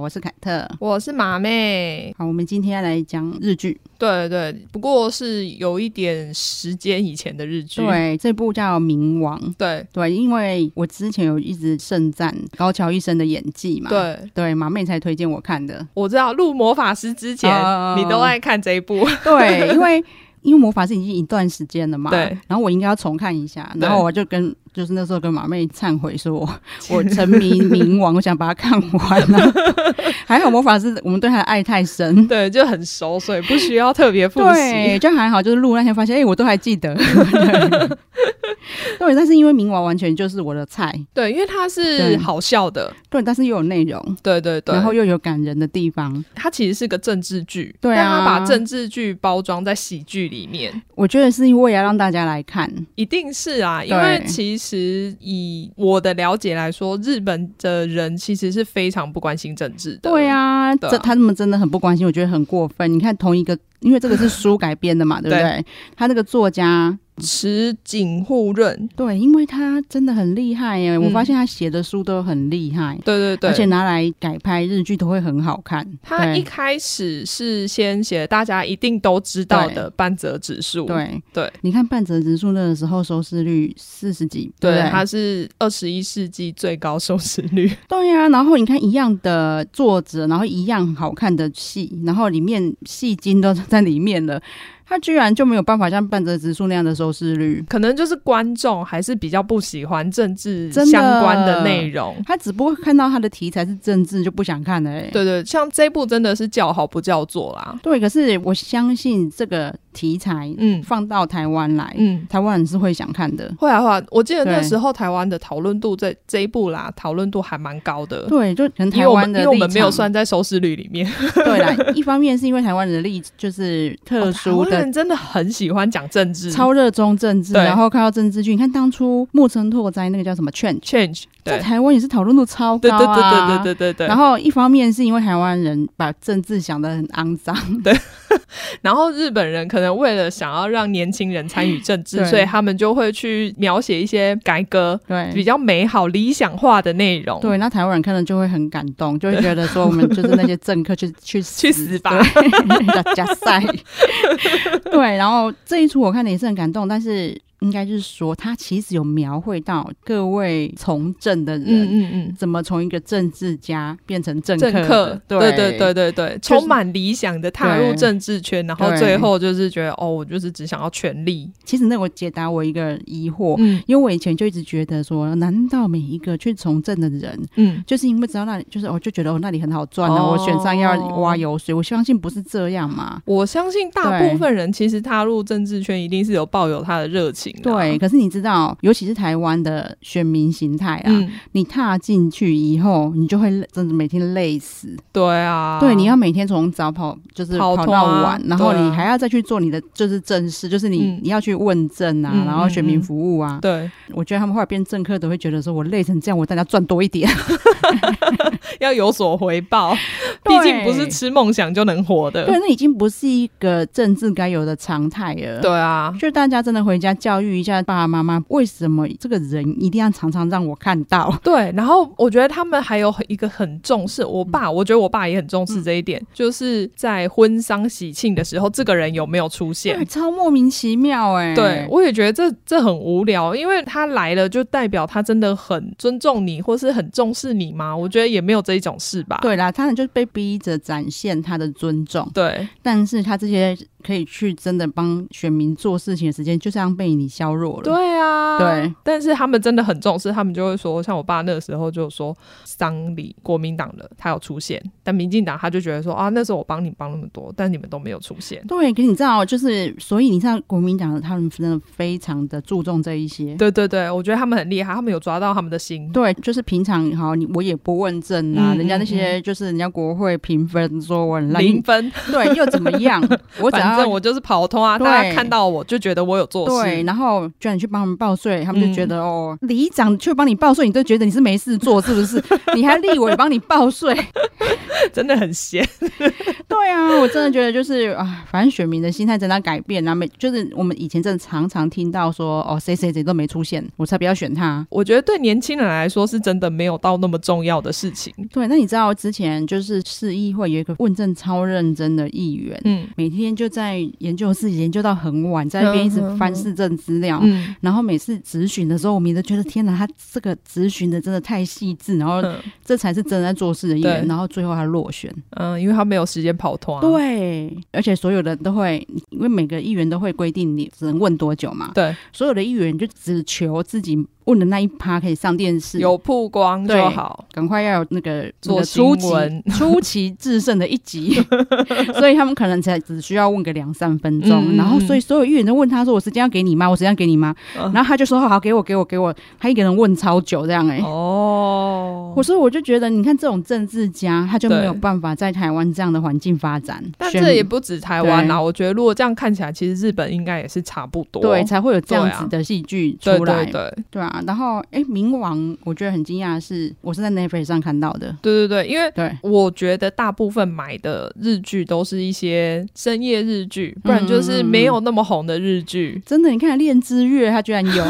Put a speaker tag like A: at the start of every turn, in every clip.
A: 我是凯特。
B: 我是马妹，
A: 好，我们今天来讲日剧。
B: 对对，不过是有一点时间以前的日剧，
A: 对，这部叫《冥王》。
B: 对
A: 对，因为我之前有一直盛赞高桥医生的演技嘛。。
B: 对，
A: 对，马妹才推荐我看 的。
B: 我知道录魔法师之前
A: 哦
B: 你都爱看这 一部，
A: 对，因为因为魔法师已经一段时间了嘛，
B: 对。
A: 然后我应该要重看一下，
B: 对
A: 然后我就跟就是那时候跟马妹忏悔说 我，我沉迷冥王，我想把它看完了。 还好魔法师，我们对他的爱太深。
B: 对，就很熟，所以不需要特别复习。
A: 对，就还好，就是录那天发现，哎、我都还记 得。对，对但是因为冥王完全就是我的菜，
B: 对，因为它是
A: 对
B: 好笑的，
A: 对，但是又有内容，
B: 对对对。
A: 然后又有感人的地方。
B: 它其实是个政治剧，
A: 对啊
B: 但它把政治剧包装在喜剧里面，
A: 我觉得是因为要让大家来看，
B: 一定是啊，
A: 对
B: 因为其实以我的了解来说，日本的人其实是非常不关心政治的。
A: 对啊，
B: 对啊
A: 这他们真的很不关心，我觉得很过分。你看同一个，因为这个是书改编的嘛，对不对？他那个作家，
B: 池井户润，
A: 对，因为他真的很厉害耶，我
B: 嗯
A: 发现他写的书都很厉害。
B: 对对对，
A: 而且拿来改拍日剧都会很好看，
B: 他
A: 对
B: 一开始是先写大家一定都知道的半泽指数，
A: 对
B: 对，
A: 你看半泽直树那个时候收视率四十几，对不
B: 对，
A: 对
B: 他是二十一世纪最高收视率，
A: 对呀、然后你看一样的作者，然后一样好看的戏，然后里面戏精都在里面了，他居然就没有办法像半泽直树那样的收视率。
B: 可能就是观众还是比较不喜欢政治
A: 真的
B: 相关的内容。
A: 他只不过看到他的题材是政治就不想看了、欸。
B: 对对，像这部真的是叫好不叫座啦。
A: 对，可是我相信这个题材
B: 嗯
A: 放到台湾来，
B: 嗯，
A: 台湾人是会想看的。
B: 会啊会啊，我记得那
A: 对
B: 时候台湾的讨论度在这一部啦，讨论度还蛮高的。
A: 对，就可能
B: 因为
A: 台
B: 我
A: 湾
B: 们
A: 的
B: 因为我
A: 立
B: 们没有
A: 场
B: 算在收视率里面，
A: 对啦，一方面是因为台湾人的立就是特殊
B: 哦台湾
A: 的
B: 人真的很喜欢讲政治
A: 超热衷政治，
B: 嗯对
A: 然后看到政治剧，你看当初木村拓哉那个叫什么《劝》，
B: change，
A: 在
B: 对
A: 台湾也是讨论度超
B: 对
A: 高
B: 对
A: 啊。
B: 对对对对对对。
A: 然后一方面是因为台湾人把政治想得很肮 脏，
B: 然后日本人可能为了想要让年轻人参与政治，
A: 对
B: 所以他们就会去描写一些改革比
A: 对。
B: 较美好、理想化的内容。
A: 对，，那台湾人看了就会很感动，就会觉得说我们就是那些政客去去死
B: 去死吧！
A: 对 加加 塞。对，然后这一出我看的也是很感动，但是应该就是说，他其实有描绘到各位从政的人，
B: 嗯嗯嗯。
A: 怎么从一个政治家变成政
B: 政客
A: 客？，
B: 对对对对对，
A: 就是
B: 充满理想的踏入
A: 对
B: 政治圈，然后
A: 对
B: 最后就是觉得哦，我就是只想要权力。
A: 其实那我解答我一个疑惑，
B: 嗯
A: 因为我以前就一直觉得说，难道每一个去从政的人，
B: 嗯，
A: 就是因为只要那里，就是我、就觉得哦那里很好赚啊，
B: 哦
A: 我选上要挖油水，我相信不是这样嘛。
B: 我相信大
A: 对
B: 部分人其实踏入政治圈一定是有抱有他的热情的啊。
A: 对，可是你知道，尤其是台湾的选民形态啊，
B: 嗯，
A: 你踏进去以后，你就会累真的每天累死。
B: 对啊，
A: 对，你要每天从早跑，就是
B: 跑
A: 跑
B: 通啊
A: 到晚，然后
B: 对啊
A: 你还要再去做你的就是正事，就是你、
B: 嗯
A: 你要去问政啊，
B: 嗯
A: 然后选
B: 嗯
A: 民
B: 嗯
A: 服务啊。
B: 对
A: 我觉得他们后来变政客都会觉得说，我累成这样，我大家赚多一 点。
B: 要有所回报，毕
A: 对
B: 竟不是吃梦想就能活的。
A: 对，那已经不是一个政治该有的常态了。。
B: 对啊，
A: 就大家真的回家教育一下爸爸妈妈，为什么这个人一定要常常让我看到？
B: 对。然后我觉得他们还有一个很重视，我爸，
A: 嗯
B: 我觉得我爸也很重视这一点，就是在婚丧喜庆的时候，这个人有没有出
A: 对，
B: 现。
A: 超莫名其妙哎、
B: 对，我也觉得这这很无聊，因为他来了就代表他真的很尊重你，或是很重视你吗？我觉得也没有这一种事吧。
A: 对啦，他们就被逼着展现他的尊重，
B: 对
A: 但是他这些可以去真的帮选民做事情的时间，就这样被你削弱了。
B: 对啊，
A: 对。
B: 但是他们真的很重视，他们就会说，像我爸那个时候就说丧礼，国民党的他有出现，但民进党他就觉得说啊，那时候我帮你帮那么多，但你们都没有出现。
A: 对，可是你知道，就是所以你知道，国民党他们真的非常的注重这一些。
B: 对对对，我觉得他们很厉害，他们有抓到他们的心。
A: 对，就是平常好，你我也不问政啊，
B: 嗯
A: 人家那
B: 嗯
A: 些就是人家国会评分说我很烂，
B: 零分，
A: 对又怎么样？我只
B: 反正
A: 要
B: 我就是跑通啊！
A: 对
B: 大家看到我就觉得我有做
A: 对，
B: 事，
A: 然后居然去帮他们报税，他们就
B: 嗯
A: 觉得、哦，里长去帮你报税，你都觉得你是 没事做是不是？你还立委帮你报税，
B: 真的很闲。
A: 对 对啊，我真的觉得就是啊，反正选民的心态正在改变啊，每就是我们以前真的常常听到说哦，谁谁谁都没出现，我才不要选他。
B: 我觉得对年轻人来说是真的没有到那么重要的事情。
A: 对，那你知道之前就是市议会有一个问政超认真的议员，
B: 嗯
A: 每天就在研究室研究到很晚，在那边一直翻市政资料。
B: 嗯
A: 然后每次咨询的时候，我们都觉得天哪，他这个咨询的真的太细致，然后
B: 嗯
A: 这才是真的在做事的议员。
B: 对
A: 然后最后他落选，
B: 嗯，因为他没有时间跑团、啊。
A: 对，而且所有人都会，因为每个议员都会规定你只能问多久嘛，
B: 对
A: 所有的议员就只求自己问的那一趴可以上电视，
B: 有曝光
A: 对
B: 就好。
A: 赶快要有那个
B: 做
A: 那个出
B: 新闻
A: 奇出奇制胜的一 集，所以他们可能才只需要问个两三分钟，
B: 嗯嗯
A: 然后
B: 嗯
A: 所以所有议员都问他说：“我时间要给你吗？我时间要给你吗？”
B: 嗯
A: 然后他就说：“好，给我，给我，给我。”他一个人问超久这样哎、欸。
B: 哦，
A: 我说，我就觉得，你看这种政治家，他就
B: 对
A: 没有办法在台湾这样的环境发展。
B: 但
A: 选
B: 这也不止台湾啦，
A: 对
B: 我觉得如果这样看起来，其实日本应该也是差不多。
A: 对，才会有这样
B: 对啊
A: 子的戏剧出
B: 对
A: 来，
B: 对对对
A: 对啊。然后，哎，冥王，我觉得很惊讶的是，我是在 Netflix 上看到的，
B: 对对，因为。
A: 对，
B: 我觉得大部分买的日剧都是一些深夜日剧，不然就是没有那么红的日剧。
A: 真的，你看《恋之月》，他居然有，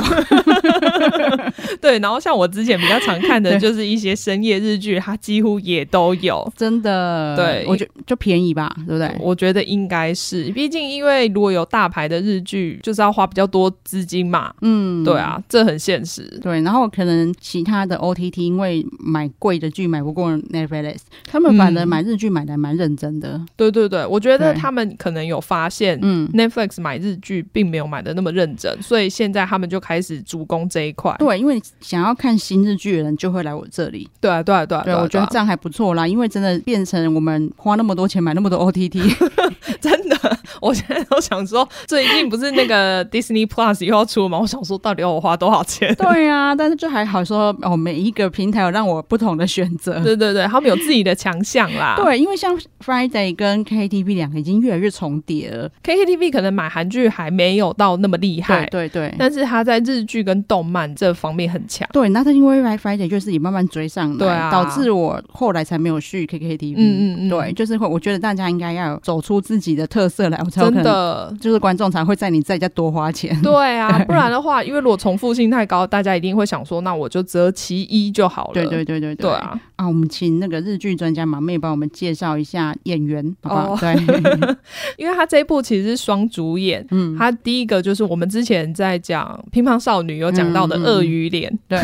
B: 对，然后像我之前比较常看的就是一些深夜日剧，它几乎也都有。
A: 真的，
B: 对
A: 我觉就便宜吧，对不对？
B: 我觉得应该是，毕竟因为如果有大牌的日剧，就是要花比较多资金嘛。
A: 嗯，
B: 对。啊，这很现实。
A: 对，然后可能其他的 OTT 因为买贵的剧买不过 Netflix，他们反而
B: 嗯
A: 买日剧买的蛮认真的。
B: 对对对，我觉得
A: 对
B: 他们可能有发现，
A: 嗯，
B: Netflix 买日剧并没有买的那么认真，所以现在他们就开始主攻这一块。
A: 对，因为想要看新日剧的人就会来我这里。
B: 对啊对啊对啊
A: 对，
B: 啊
A: 我觉得这
B: 啊
A: 样还不错啦，因为真的变成我们花那么多钱买那么多 OTT，
B: 真的， 我现在都想说，最近不是那个 Disney Plus 又要出嘛？我想说，到底要我花多少钱？
A: 对啊，但是就还好说哦，每一个平台有让我不同的选择。
B: 对对对，他们有自己的强项啦。
A: 嗯对，因为像 Friday 跟 KTV 两个已经越来越重叠了。
B: ，KKTV 可能买韩剧还没有到那么厉害，
A: 对对对。
B: 但是他在日剧跟动漫这方面很强。
A: 对，那他因为 Friday 就是也慢慢追上来，
B: 对啊
A: 导致我后来才没有去 KKTV。
B: 嗯嗯嗯
A: 对，就是会，我觉得大家应该要走出自己的特色来，我才有
B: 真
A: 可能，
B: 的，
A: 就是观众才会在你在家多花钱。
B: 对啊，不然的话，因为如果重复性太高，大家一定会想说，那我就择其一就好了。
A: 对对对对
B: 对啊，
A: 啊，我们请那个日剧专家马妹帮我们介绍一下演员，好不好？
B: 哦
A: 对，
B: 因为他这一部其实是双主演，
A: 嗯，
B: 他第一个就是我们之前在讲《乒乓少女》有讲到的
A: 嗯嗯
B: 鳄鱼脸，
A: 对，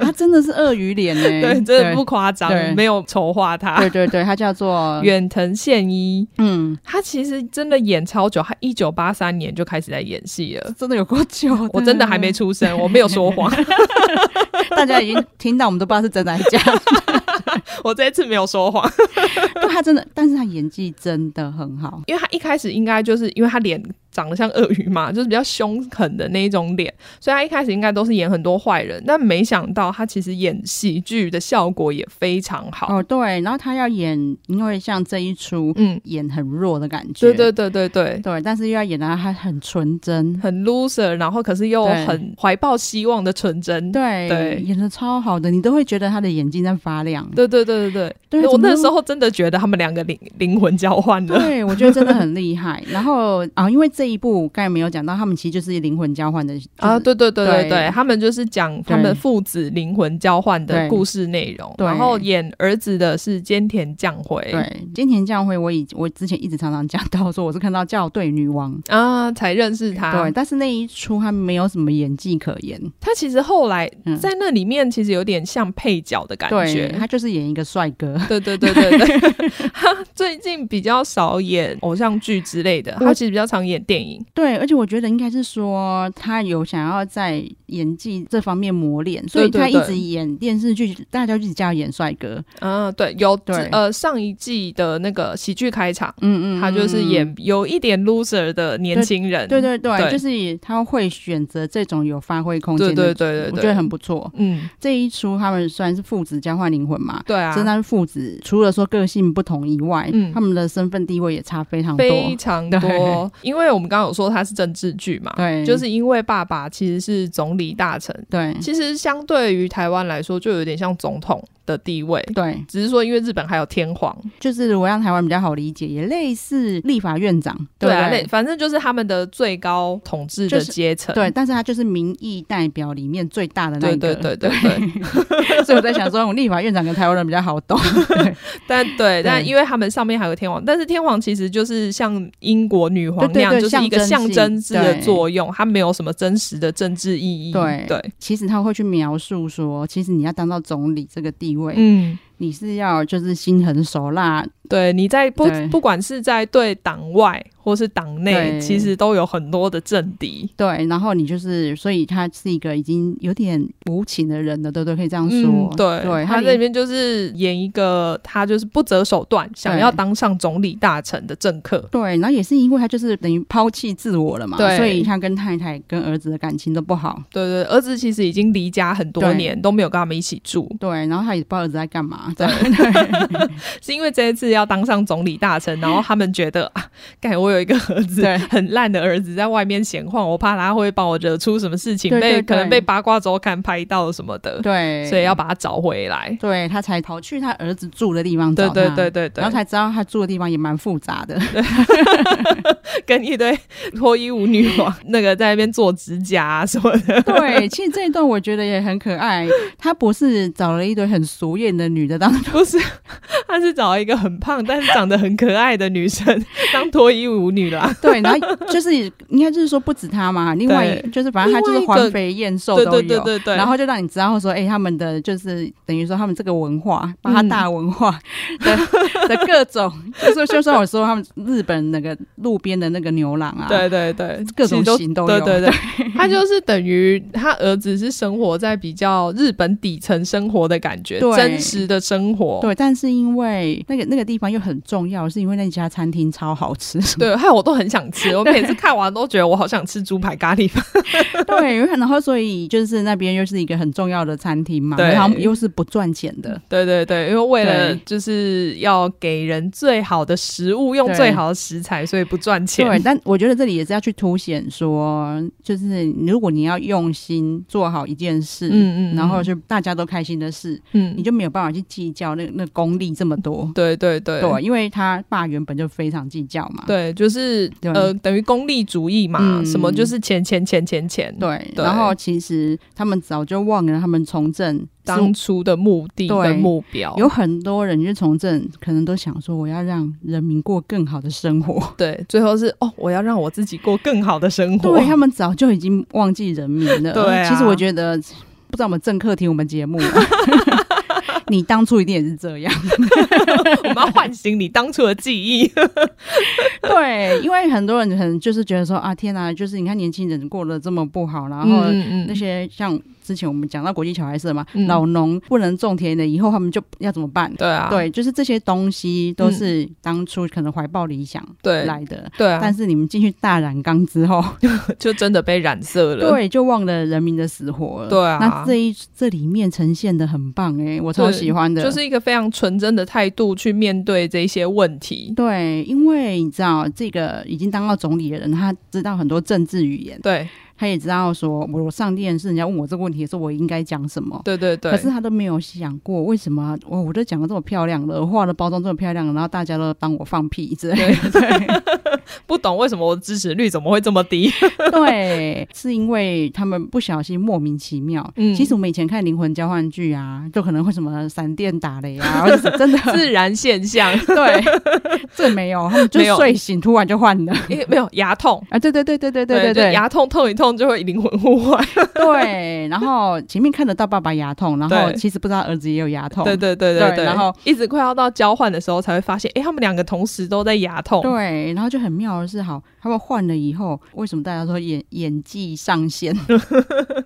A: 他真的是鳄鱼脸呢、
B: 对，真的不夸张
A: 嗯对，
B: 没有丑化他。
A: 对对对，他叫 做
B: 远藤宪一，
A: 嗯，
B: 他其实真的演超久，他一九八三年就开始在演戏了。
A: 真的有够久，
B: 呃我真的还
A: 啊
B: 没，出生，我没有说谎，
A: 大家已经听到，我们都不知道是真的还是假 的。
B: 我这一次没有说谎，
A: 对他真的，但是他演技真的很好。
B: 因为他一开始应该就是因为他脸长得像鳄鱼嘛，就是比较凶狠的那一种脸，所以他一开始应该都是演很多坏人，但没想到他其实演喜剧的效果也非常好。
A: 哦，对，然后他要演，因为像这一出
B: 嗯，
A: 演很弱的感觉，
B: 对对对对对，
A: 对，但是又要演到他很纯真，
B: 很 loser，然后可是又
A: 对
B: 很怀抱希望的纯真。
A: 对
B: 对
A: 演的超好的，你都会觉得他的眼睛在发亮。
B: 对对对对
A: 对
B: 我
A: 怎么
B: 那
A: 那
B: 时候真的觉得他们两个灵灵魂交换了。
A: 对，我觉得真的很厉害。然后啊，因为这一部刚才没有讲到，他们其实就是灵魂交换的、就是、
B: 啊，对对对对
A: 对
B: 对，他们就是讲他们父子灵魂交换的
A: 对
B: 故事内容，
A: 对
B: 然后演儿子的是菅田将晖，
A: 对，金田将晖，我以我之前一直常常讲到说，我是看到校对女王。
B: 啊，才认识
A: 对，
B: 他。
A: 但是那一出他没有什么演技可言，
B: 他其实后来
A: 嗯
B: 在那里面其实有点像配角的感
A: 对
B: 觉，
A: 他就是演一个帅哥。
B: 对对对对 对，他最近比较少演偶像剧之类的，他
A: 我
B: 其实比较常演电影。
A: 对，而且我觉得应该是说他有想要在演技这方面磨练，所以
B: 对
A: 他
B: 对
A: 一
B: 对
A: 直演电视剧，大家就一直叫他演帅哥。
B: 啊，对，有
A: 嗯对
B: 呃上一季的那个喜剧开场，
A: 嗯
B: 他就是。演有一点 loser 的年轻人，
A: 对对对，
B: 对
A: 就是他会选择这种有发挥空间
B: 对
A: 的，
B: 对对对
A: 我
B: 对，
A: 觉得很不错。
B: 嗯，
A: 这一出他们虽然是父子交换灵魂嘛，
B: 对啊
A: 真，的是父子，除了说个性不同以外，
B: 嗯
A: 他们的身份地位也差非常多。
B: 非常多，因为我们刚刚有说他是政治剧嘛，
A: 对，
B: 就是因为爸爸其实是总理大臣，
A: 对
B: 其实相对于台湾来说，就有点像总统的地位。
A: 对，
B: 只是说，因为日本还有天皇，
A: 就是我让台湾比较好理解，也类似立法院长，对
B: 啊，
A: 不
B: 类
A: 对？
B: 反正就是他们的最高统治的
A: 就是
B: 阶层。
A: 对，但是他就是民意代表里面最大的那
B: 对
A: 一
B: 对
A: 个，
B: 对对对，
A: 对所以我在想说，我立法院长跟台湾人比较好懂， 对
B: 但对，但因为他们上面还有天皇，但是天皇其实就是像英国女皇那样，
A: 对对对
B: 就是一个
A: 象
B: 象
A: 征性
B: 征式的
A: 对
B: 作用，它没有什么真实的政治意义。
A: 对
B: 对，
A: 其实他会去描述说，其实你要当到总理这个地位，
B: 嗯。
A: 你是要就是心狠手辣，
B: 对，你在不
A: 对
B: 不管是在对党外或是党内，
A: 对
B: 其实都有很多的政敌。
A: 对，然后你就是，所以他是一个已经有点无情的人了，对不对？可以这样说，
B: 嗯对，
A: 对，他
B: 他在里
A: 里
B: 面就是演一个他就是不择手段，想要当上总理大臣的政客。
A: 对，然后也是因为他就是等于抛弃自我了嘛，
B: 对
A: 所以他跟太太跟儿子的感情都不好，
B: 对对，儿子其实已经离家很多
A: 对
B: 年，都没有跟他们一起住，
A: 对，然后他也不知道儿子在干嘛，对，
B: 是因为这一次要当上总理大臣，然后他们觉得啊，干我有一个儿子
A: 对
B: 很烂的儿子在外面闲晃，我怕他会帮我惹出什么事情，
A: 对对
B: 被可能
A: 对
B: 被八卦周刊拍到什么的，
A: 对，
B: 所以要把他找回来。
A: 对他才跑去他儿子住的地方找
B: 对
A: 他，
B: 对对对对，
A: 然后才知道他住的地方也蛮复杂 的，
B: 跟一堆脱衣舞女王 那个在那边做指甲、啊、什么的，
A: 对，其实这一段我觉得也很可爱，他不是找了一堆很俗艳的女的 当
B: 不是，他是找一个很胖但是长得很可爱的女生当脱衣舞女啦。
A: 对，然后就是应该就是说不止他嘛，另外
B: 对
A: 就是反正他就是环肥燕瘦
B: 对
A: 都有，
B: 对对对对，
A: 然后就让你知道说，哎、他们的就是等于说他们这个文化，八大文 化的、的各种，就是就像我说他们日本那个路边的那个牛郎啊，
B: 对对对，
A: 各种
B: 其实都
A: 型都
B: 对
A: 有
B: 对对，他就是等于他儿子是生活在比较日本底层生活的感觉，
A: 对
B: 真实的生活。
A: 对但是因为那个那个地方又很重要，是因为那家餐厅超好吃，
B: 对，害我都很想吃，我每次看完都觉得我好想吃猪排咖喱饭。
A: 对，因为然后所以就是那边又是一个很重要的餐厅嘛，
B: 对
A: 然后他们又是不赚钱的，
B: 对对对，因为为了
A: 对
B: 就是要给人最好的食物，用
A: 对
B: 最好的食材，所以不赚钱。
A: 对，但我觉得这里也是要去凸显说，就是如果你要用心做好一件事，
B: 嗯嗯嗯
A: 然后就大家都开心的事，
B: 嗯
A: 你就没有办法去计较那那功利这么多。
B: 对对对
A: 对，因为他爸原本就非常计较嘛。
B: 对就是
A: 对
B: 呃，等于功利主义嘛，
A: 嗯
B: 什么就是钱钱钱钱钱，
A: 对，
B: 对
A: 然后其实他们早就忘了他们从政
B: 当初的目的
A: 对
B: 跟目标，
A: 有很多人去从政，可能都想说我要让人民过更好的生活。
B: 对，最后是哦，我要让我自己过更好的生活，
A: 对他啊们早就已经忘记人民了。
B: 对啊
A: 其实我觉得不知道我们政客听我们节目啊、 你当初一定也是这样。
B: 我们要唤醒你当初的记忆。
A: 对，因为很多人可能就是觉得说啊，天哪，就是你看年轻人过得这么不好， 然后
B: 嗯
A: 那些像之前我们讲到国际小孩社嘛，
B: 嗯
A: 老农不能种田了，以后他们就要怎么办？
B: 对啊，
A: 对，就是这些东西都是当初可能怀抱理想
B: 对
A: 来的，
B: 对啊
A: 但，是你们进去大染缸之后，
B: 就真的被染色了。
A: 对，就忘了人民的死活了。
B: 对啊
A: 那这一这里面呈现的很棒哎、我超
B: 对
A: 喜欢的，
B: 就是一个非常纯真的态度去面对这些问题。
A: 对，因为你知道这个已经当到总理的人，他知道很多政治语言，
B: 对
A: 他也知道说，我上电视人家问我这个问题的时候，我应该讲什么。
B: 对对对，
A: 可是他都没有想过，为什么我我都讲的这么漂亮了，我画的包装这么漂亮了，然后大家都当我放屁之类的。对
B: 不懂为什么我的支持率怎么会这 么低？
A: 对， 是因为他们不小心莫名其妙。
B: 嗯
A: 其实我们以前看灵魂交换剧啊，就可能会什么闪电打雷啊，或者是 真的
B: 自然现象，
A: 对，这没有，他们就
B: 没有
A: 睡醒突然就换 了。
B: 因为没有牙痛。
A: 啊，对对对对对对
B: 就
A: 对，
B: 牙痛痛一痛就会灵魂互换。
A: 对，然后前面看得到爸爸牙痛，然后
B: 对
A: 其实不知道儿子也有牙痛，
B: 对对对
A: 对
B: 对，
A: 然后
B: 一直快要到交换的时候才会发现，哎，他们两个同时都在牙痛。
A: 对，然后就很妙的是，好，他们换了以后，为什么大家说演演技上 线，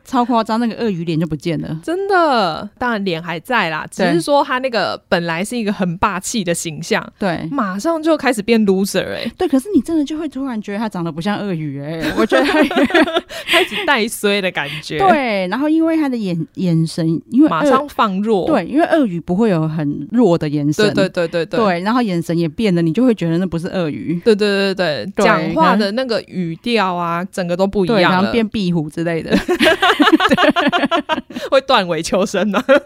A: 超夸张，那个鳄鱼脸就不见了。
B: 真的，当然脸还在啦，只
A: 对
B: 是说他那个本来是一个很霸气的形象，
A: 对
B: 马上就开始变 loser 哎、
A: 欸 对，可是你真的就会突然觉得他长得不像鳄鱼哎、我觉得他
B: 开始带衰的感觉，，
A: 对，然后因为他的眼眼神，因为
B: 马
A: 鳄
B: 上放弱，
A: 对，因为鳄鱼不会有很弱的眼神
B: 对，对对对对
A: 对然后眼神也变了，你就会觉得那不是鳄鱼，
B: 对对对对对，
A: 对
B: 讲话
A: 然
B: 的那个语调啊，整个都不一
A: 对，
B: 样
A: 然
B: 了
A: 后，变壁虎之类的。
B: 会断尾求生啊 呢、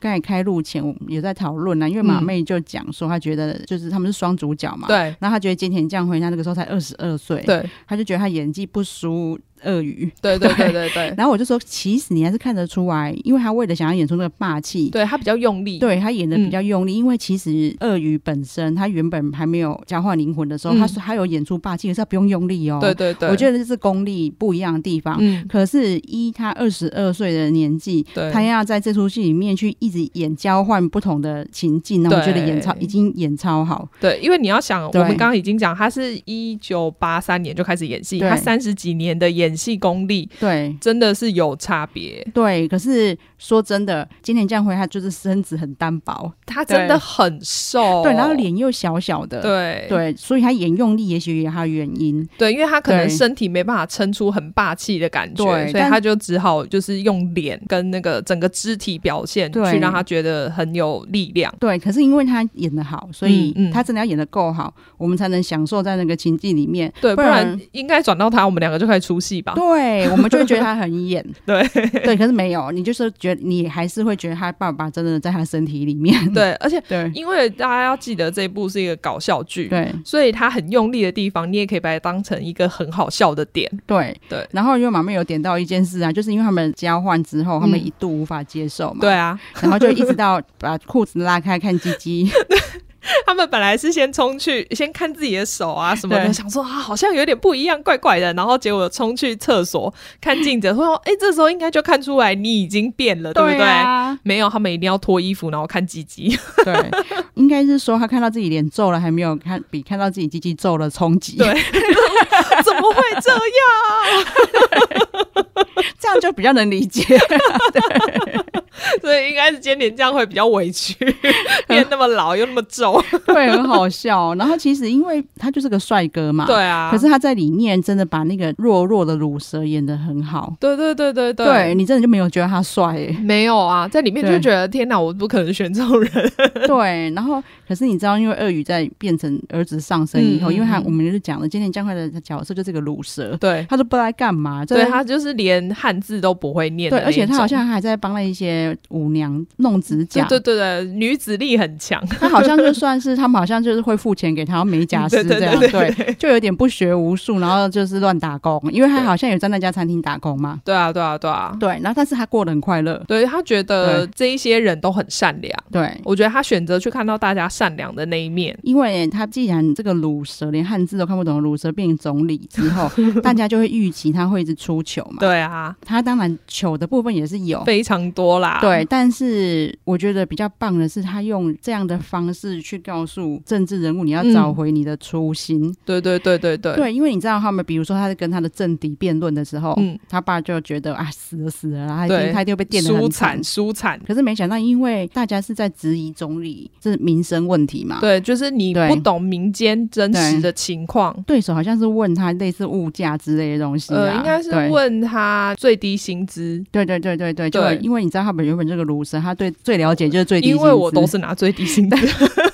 A: 刚才开录前我们也在讨论啊呢，因为马
B: 嗯
A: 妹就讲说，她觉得就是他们是双主角嘛，，
B: 对
A: 然后她觉得菅田将晖她那个时候才二十二岁，，
B: 对
A: 她就觉得她演技不输鳄鱼，
B: 对对对对 对，
A: 然后我就说，其实你还是看得出来，因为她为了想要演出那个霸气。
B: 对他比较用力，
A: 对她演的比较用力，因为其实鳄鱼本身，她原本还没有交换灵魂的时候，
B: 嗯
A: 她说她有演出霸气，可是她不用用力哦。
B: 对对对，
A: 我觉得这是功力不一样的地方。
B: 嗯，
A: 可是，依她二十二岁的年纪，
B: 对，
A: 他要在这出戏里面去一直演交换不同的情境，那我觉得
B: 对
A: 演超已经演超好，
B: 对，因为你要想，我
A: 对
B: 们刚刚已经讲，他是一九八三年就开始演戏，
A: 对
B: 他三十几年的演戏功力
A: 对。
B: 真的是有差别，
A: 对，可是说真的，今年降回他就是身子很单薄，
B: 他真的很瘦，
A: 对，然后。脸又小小的，
B: 哦对
A: 对，所以他演用力也许也有他的原因，
B: 对因为他可能
A: 对
B: 身体没办法撑出很霸气的感觉，
A: 对
B: 所以
A: 但
B: 他就只好就是用脸跟那个整个肢体表现
A: 对
B: 去让他觉得很有力量。
A: 对。可是因为他演的好，所以
B: 嗯嗯
A: 他真的要演的够好，我们才能享受在那个情境里面。
B: 对，
A: 不
B: 不然
A: 然
B: 应该转到他，我们两个就开始出戏吧。
A: 对，我们就会觉得他很演，
B: 啊 对
A: 对。可是没有，你就是觉得你还是会觉得他爸爸真的在他身体里面。
B: 对，而且
A: 对
B: 因为大家要记得这一部是一个搞笑剧，
A: 对，
B: 所以它很用力的地方，你也可以把它当成一个很好笑的点。
A: 对
B: 对
A: 然后因为马妹有点到一件事啊，就是因为他们交换之后，他们一度无法接受嘛，
B: 嗯对，啊，
A: 然后就一直到把裤子拉开看鸡 鸡，
B: 他们本来是先冲去，先看自己的手啊什么的，
A: 对
B: 想说啊好像有点不一样，怪怪的。然后结果冲去厕所看镜子，说哎、这时候应该就看出来你已经变了，对不对？
A: 啊，
B: 没有，他们一定要脱衣服，然后看鸡鸡。
A: 对，应该是说他看到自己脸皱了，还没有看比看到自己鸡鸡皱了冲击，
B: 对怎么会这样？
A: 这样就比较能理 解，
B: 所以应该是今年这样会比较委 屈，变那么老又那么皱。
A: 对，很好笑。然后其实因为他就是个帅哥嘛，
B: 对。啊，
A: 可是他在里面真的把那个弱弱的乳蛇演得很好，
B: 对对对对对。
A: 你真的就没有觉得他帅、欸，
B: 没有啊，在里面就
A: 对
B: 觉得天哪，我不可能选这种人。
A: 对，然后可是你知道，因为鳄鱼在变成儿子上身以后，
B: 嗯嗯
A: 因为他
B: 嗯
A: 我们就讲了，今天江快的角色就是个乳蛇，
B: 对，
A: 他都不知道在干嘛，
B: 对
A: 他
B: 他就是连汉字都不会念的
A: 对，
B: 那
A: 而
B: 一种，
A: 且他好像还在帮那一些舞娘弄指
B: 对
A: 甲，
B: 对对对，女子力 很强，
A: 他好像就算是他们好像就是会付钱给他美 甲
B: 对
A: 师
B: 对
A: 这样，
B: 对
A: 对，就有点不学无术，然后就是乱打工，因为他好像有在那家餐厅打工嘛，
B: 对啊对啊对啊，
A: 对，然后但是他过得很快乐，
B: 对他觉得这一些人都很善良，
A: 对。
B: 我觉得他选择去看到大家善良的那一面，
A: 因为他既然这个乳蛇连汉字都看不懂，乳蛇变总理之 后，大家就会预期他会一直出糗嘛。
B: 对啊，
A: 他当然糗的部分也是有，
B: 非常多啦，
A: 哦对，但是我觉得比较棒的是，他用这样的方式去告诉政治人物，你要
B: 嗯
A: 找回你的初心。
B: 对对对对对
A: 对，因哦为你知道他们，比如说他在跟他的政敌辩论的时候，
B: 嗯
A: 他爸就觉得啊，死了死了，然后他一
B: 对
A: 定他一定会被电得
B: 舒
A: 很
B: 惨。舒惨。
A: 可是没想到，因为大家是在质疑总理，这是民生问题嘛。
B: 对，就是你
A: 啊对
B: 不懂民间真实的情况，
A: 对手好像是问他类似物价之类的东西、啊，
B: 呃，应该是
A: 对
B: 问他最低薪资，
A: 对对对对对，就
B: 对
A: 因为你知道他们原本这个卢生，他对最了解就是最低
B: 因
A: 薪
B: 为我
A: 资
B: 都是拿最低薪资，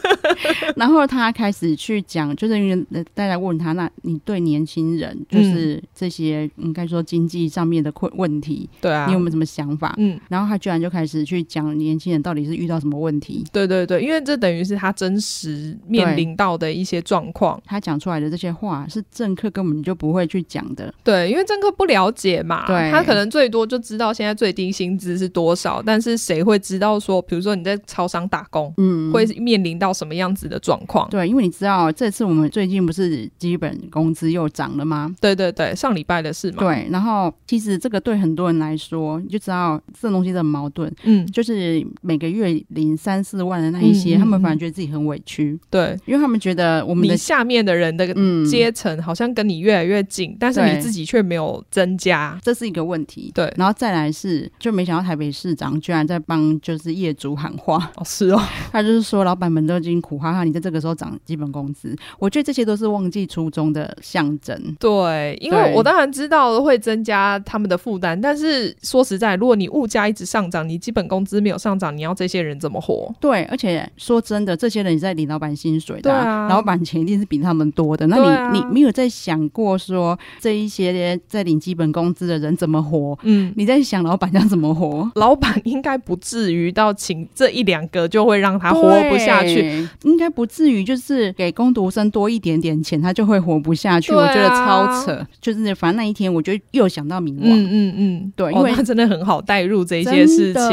A: 然后他开始去讲，就是因为大家问他，那你对年轻人，就是这些应该说经济上面的困问题，
B: 对啊
A: 你有，没有什么想法？
B: 嗯，
A: 然后他居然就开始去讲年轻人到底是遇到什么问题，
B: 对对对，因为这等于是他真实面临到的一些状况。
A: 他讲出来的这些话是政客根本就不会去讲的，
B: 对，因为政客不了解嘛，
A: 对
B: 他可能最多就知道现在最低薪资是多少，但是谁会知道说，比如说你在超商打工、
A: 嗯，
B: 会面临到什么样子的状况？
A: 对，因为你知道这次我们最近不是基本工资又涨了吗？
B: 对对对，上礼拜的事嘛。，
A: 对，然后其实这个对很多人来说，你就知道这东西的矛盾，
B: 嗯，
A: 就是每个月领三四万的那一些，
B: 嗯嗯
A: 他们反而
B: 嗯
A: 觉得自己很委屈，
B: 对，
A: 因为他们觉得我们
B: 嗯你
A: 的
B: 下面的人的
A: 嗯，
B: 阶层好像跟你越来越近，但是
A: 对
B: 你自己却没有增加。
A: 这是一个问题。
B: 对，
A: 然后再来是，就没想到台北市长居然在帮就是业主喊话，
B: 哦，是哦，
A: 他就是说老板们都已经苦苦哈哈，你在这个时候涨基本工资，我觉得这些都是忘记初衷的象征。
B: 对，因为
A: 对
B: 我当然知道会增加他们的负担，但是说实在，如果你物价一直上涨，你基本工资没有上涨，你要这些人怎么活？
A: 对，而且说真的，这些人也在领老板薪水的、
B: 对啊
A: 老板钱一定是比他们多的。那你、
B: 对啊
A: 你没有在想过说这一些在领基本工资的人怎么活？
B: 嗯，
A: 你在想老板要怎么活？
B: 老板应该不至于到请这一两个就会让他活不下去。
A: 对，应该不至于就是给工读生多一点点钱，他就会活不下去。
B: 对啊
A: 我觉得超扯，就是反正那一天，我就又想到冥王。
B: 嗯嗯嗯，
A: 对
B: 哦
A: 因为
B: 那真的很好带入这
A: 一
B: 些事情，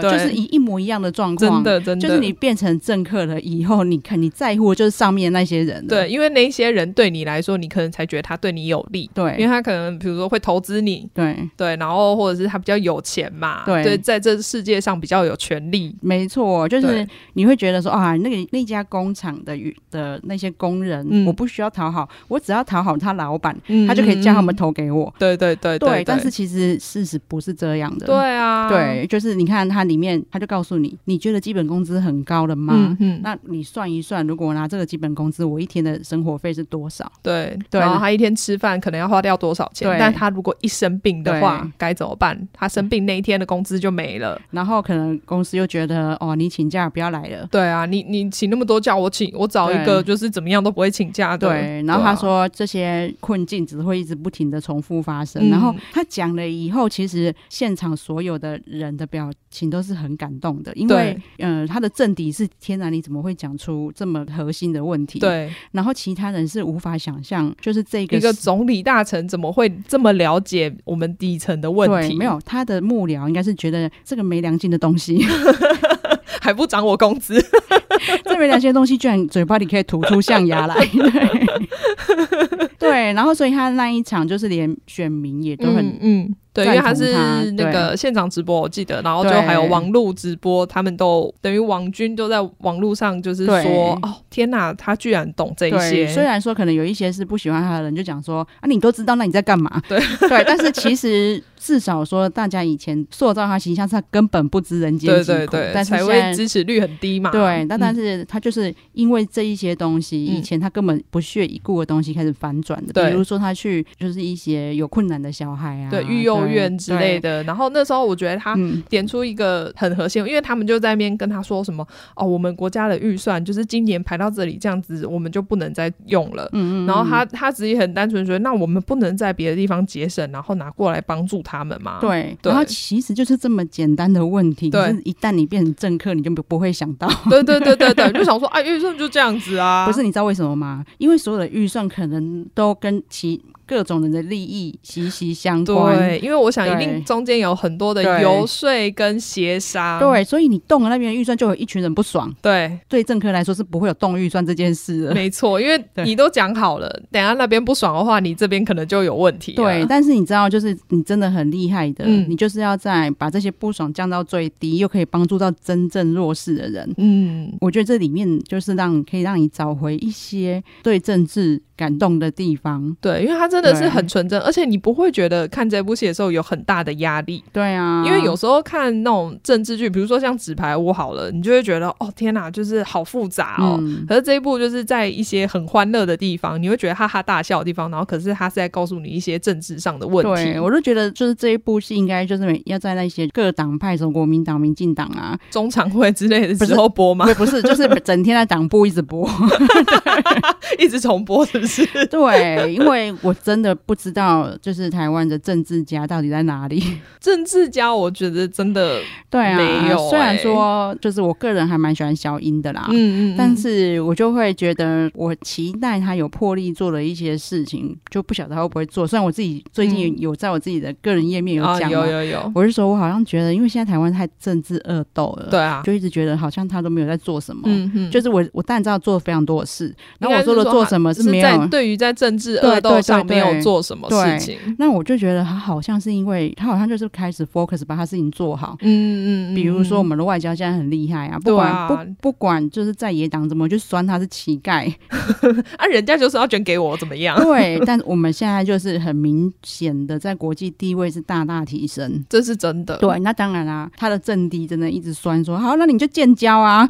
B: 对，
A: 就是一一模一样的状况
B: 真，的真的，
A: 就是你变成政客了以后，你看你在乎的就是上面那些人了，
B: 对，因为那些人对你来说，你可能才觉得他对你有利，因为
A: 对
B: 他可能比如说会投资你，
A: 对，
B: 对，然后或者是他比较有钱嘛，
A: 对
B: 在这世界上比较有权利。
A: 没错，就是
B: 对
A: 你会觉得说啊，那个那家工厂的与的那些工人，
B: 嗯
A: 我不需要讨好，我只要讨好他老板，
B: 嗯
A: 他就可以叫他们
B: 嗯
A: 投给我。
B: 嗯对对对对，
A: 但是其实事实不是这样的。
B: 对啊，
A: 对，就是你看它里面，它就告诉你，你觉得基本工资很高了吗？
B: 嗯嗯，
A: 那你算一算，如果我拿这个基本工资，我一天的生活费是多少？
B: 对
A: 对
B: 然后他一天吃饭可能要花掉多少钱
A: 对？
B: 但他如果一生病的话
A: 对，
B: 该怎么办？他生病那一天的工资就没了。
A: 然后可能公司又觉得，哦，你请假不要来了。
B: 对啊，你你请那么多假，我请我找一
A: 对
B: 个就是怎么样都不会请假的。
A: 对，然后
B: 啊
A: 他，说这些困境只会一直不停的重复发生。
B: 嗯
A: 然后他讲了以后，其实现场所有的人的表情都是很感动的，因为嗯、呃他的正敌是天然，你怎么会讲出这么核心的问题？，
B: 对，
A: 然后其他人是无法想象，就是这个
B: 一个总理大臣怎么会这么了解我们底层的问题？
A: 对，没，有他的幕僚应该是觉得这个没良心的东西，
B: 还不涨我工资。
A: 这没良心的东西居然嘴巴里可以吐出象牙来。 对，对，然后所以他那一场就是连选民也都很、
B: 嗯嗯，对，因
A: 赞
B: 为他
A: 同
B: 是
A: 他
B: 那
A: 对
B: 个现场直播，我记得，然后就
A: 对
B: 还有网络直播，他们都等于网军都在网络上就是
A: 对
B: 说，哦，天哪，他居然懂这一
A: 对，虽
B: 些，
A: 然说可能有一些是不喜欢他的人就讲说啊，你都知道，那你在干嘛？
B: 对
A: 对，但是其实至少说大家以前塑造他形象，是他根本不知人间
B: 对
A: 疾苦，
B: 对对，
A: 但是
B: 才
A: 现
B: 会
A: 在。
B: 支持率很低嘛，
A: 对，啊但但
B: 嗯
A: 是他就是因为这一些东西，
B: 嗯
A: 以前他根本不屑一顾的东西开始反转的，
B: 对
A: 比如说他去就是一些有困难的小孩啊，
B: 对育幼院之类
A: 的，
B: 的，然啊后那时候我觉得他
A: 嗯，
B: 点出一个很核心，因为他们就在那边跟他说什么哦，我们国家的预算就是今年排到这里，这样子我们就不能再用了。嗯嗯然后他他自己很单纯说，那我们不能在别的地方节省，然后拿过来帮助他们吗？
A: 对，
B: 对
A: 然后其实就是这么简单的问题，
B: 对
A: 可是一旦你变成政客，你就不不会想到。
B: 对对对对对，就想说啊，预算就这样子啊，
A: 不是，你知道为什么吗？因为所有的预算可能都跟其各种人的利益息息相关。
B: 对，因为我想一定
A: 对
B: 中间有很多的
A: 对
B: 游说跟协商，
A: 对，所以你动了那边的预算，就有一群人不爽。
B: 对，
A: 对政客来说是不会有动预算这件事的。
B: 没错，因为
A: 对
B: 你都讲好了，等一下那边不爽的话，你这边可能就有问题了，
A: 对，但是你知道，就是你真的很厉害的，
B: 嗯
A: 你就是要在把这些不爽降到最低，又可以帮助到真正弱势的人。
B: 嗯，
A: 我觉得这里面就是让可以让你找回一些对政治感动的地方。
B: 对，因为他真的是
A: 对
B: 很纯真，而且你不会觉得看这部戏的时候有很大的压力，
A: 对啊，
B: 因为有时候看那种政治剧，比如说像《纸牌屋》好了，你就会觉得哦天哪，就是好复杂哦。
A: 嗯
B: 可是这一部就是在一些很欢乐的地方，你会觉得哈哈大笑的地方，然后可是他是在告诉你一些政治上的问题
A: 对，，我就觉得就是这一部戏应该就是每要在那些各党派，什么国民党、民进党 啊，
B: 中常会之类的
A: 不是
B: 时候播吗？
A: 不不是，就是整天在党部一直播。
B: 一直重播是不是？
A: 对，因为我真的不知道，就是台湾的政治家到底在哪里。
B: 政治家我觉得真的，
A: 对啊，
B: 没有
A: 虽然
B: 欸
A: 说就是我个人还蛮喜欢小英的啦。
B: 嗯嗯，
A: 啊但是我就会觉得，我期待他有魄力做了一些事情，就不晓得他会不会做。虽然我自己最近有在我自己的个人页面有
B: 啊
A: 讲、嘛，
B: 嗯有有有，
A: 我是说，我好像觉得，因为现在台湾太政治恶斗了，
B: 对啊，
A: 就一直觉得好像他都没有在做什么。
B: 嗯嗯，
A: 就是我，我当然知道做了非常多的事，然
B: 应
A: 后
B: 该
A: 我
B: 是说
A: 说的做什么
B: 是
A: 没有
B: 在对对于在政治恶斗上没有做什么事情。
A: 那我就觉得他好像是因为他好像就是开始 focus 把他事情做好。
B: 嗯嗯嗯，
A: 比如说我们的外交现在很厉害啊，不管、
B: 对啊
A: 不不管就是在野党怎么去酸他是乞 丐，
B: 啊，人家就是要捐给我，怎么样？
A: 对，但我们现在就是很明显的在国际地位是大大提升。
B: 这是真的。
A: 对，那当然啦、他的政敌真的一直酸说，好，那你就建交啊，